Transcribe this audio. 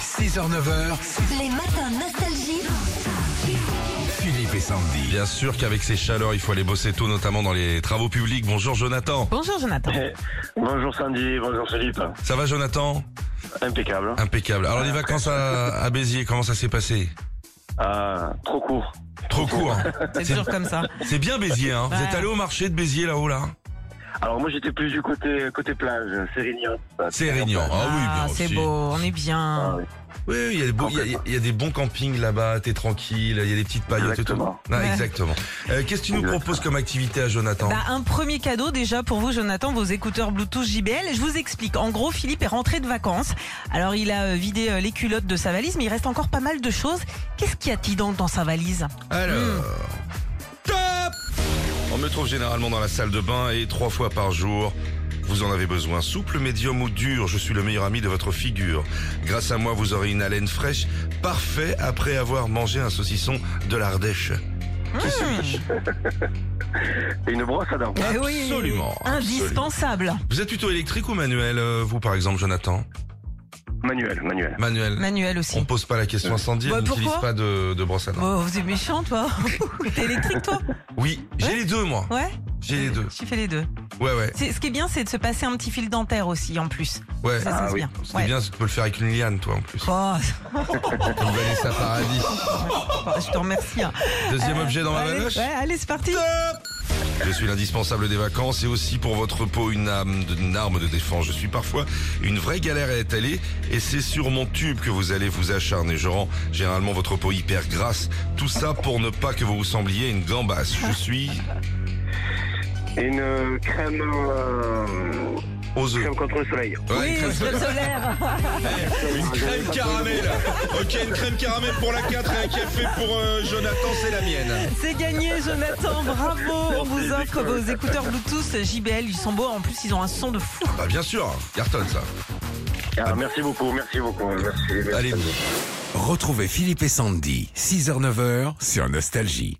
6h-9h, Les matins nostalgie. Philippe et Sandy. Bien sûr qu'avec ces chaleurs, il faut aller bosser tôt, notamment dans les travaux publics. Bonjour Jonathan. Bonjour Jonathan. Eh, Bonjour Sandy, bonjour Philippe. Ça va Jonathan Impeccable. Impeccable. Alors les vacances à, à Béziers, comment ça s'est passé Ah, trop court. Trop court. hein. C'est toujours comme ça. C'est bien Béziers, hein Vous Ouais. êtes allé au marché de Béziers là-haut là Alors moi j'étais plus du côté côté plage, Sérignan. C'est régnant. Ah oui, bien c'est aussi. beau, on est bien. Ah oui. Oui, oui, il y, a des beaux- il y a- il y a- il y a des bons campings là-bas, t'es tranquille, il y a des petites paillettes et tout. Exactement. Ah, Ouais. exactement. Euh, Qu'est-ce que tu nous Exactement. proposes comme activité à Jonathan Bah, un premier cadeau déjà pour vous, Jonathan, vos écouteurs Bluetooth JBL. Je vous explique. En gros, Philippe est rentré de vacances. Alors, il a euh, vidé euh, les culottes de sa valise, mais il reste encore pas mal de choses. Qu'est-ce qu'il y a-t-il donc dans sa valise Alors. Top On me trouve généralement dans la salle de bain et trois fois par jour. Vous en avez besoin, souple, médium ou dur, je suis le meilleur ami de votre figure. Grâce à moi, vous aurez une haleine fraîche, parfait après avoir mangé un saucisson de l'Ardèche. Qui suis-je Et une brosse à dents. Eh oui. Absolument, Indispensable. Vous êtes plutôt électrique ou manuel, euh, vous par exemple, Jonathan Manuel, Manuel. Manuel. Manuel On aussi. pose pas la question incendie, Bah, on n'utilise pourquoi pas de, de brosse à dents. Oh, vous êtes méchant, toi. T'es électrique, toi Oui, j'ai les deux moi. Ouais J'ai les deux. Tu fais les deux. Ouais, ouais, C'est- Ce qui est bien, c'est de se passer un petit fil dentaire aussi, en plus. ouais. Ça, Ah c'est oui. bien. C'est Ouais. bien, tu peux le faire avec une liane, toi, en plus. Oh, Comme Vanessa Paradis. je te remercie. hein. Deuxième Euh, objet dans ma allez, vanoche. Ouais, allez, c'est parti. Je suis l'indispensable des vacances et aussi pour votre peau une âme, de- une arme de défense. Je suis parfois une vraie galère à étaler et c'est sur mon tube que vous allez vous acharner. Je rends généralement votre peau hyper grasse. Tout ça pour ne pas que vous vous sembliez une gambasse. Je suis Et une euh, crème, euh, aux œufs. crème contre le soleil. Ouais, oui, une crème- crème solaire. Une crème caramel. Ok, une crème caramel pour la 4 et un café pour euh, Jonathan, c'est la mienne. C'est gagné, Jonathan. Bravo. On vous offre vos écouteurs Bluetooth JBL. Ils sont beaux. En plus, ils ont un son de fou. Bah bien sûr, carton ça. Ah, merci beaucoup, merci beaucoup. Merci, merci. Allez. Retrouvez Philippe et Sandy, 6h-9h sur Nostalgie.